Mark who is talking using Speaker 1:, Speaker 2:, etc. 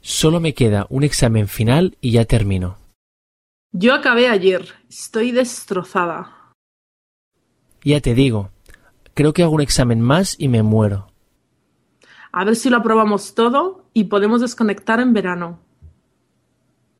Speaker 1: Solo me queda un examen final y ya termino.
Speaker 2: Yo acabé ayer. Estoy destrozada.
Speaker 1: Ya te digo, creo que hago un examen más y me muero.
Speaker 2: A ver si lo aprobamos todo y podemos desconectar en verano.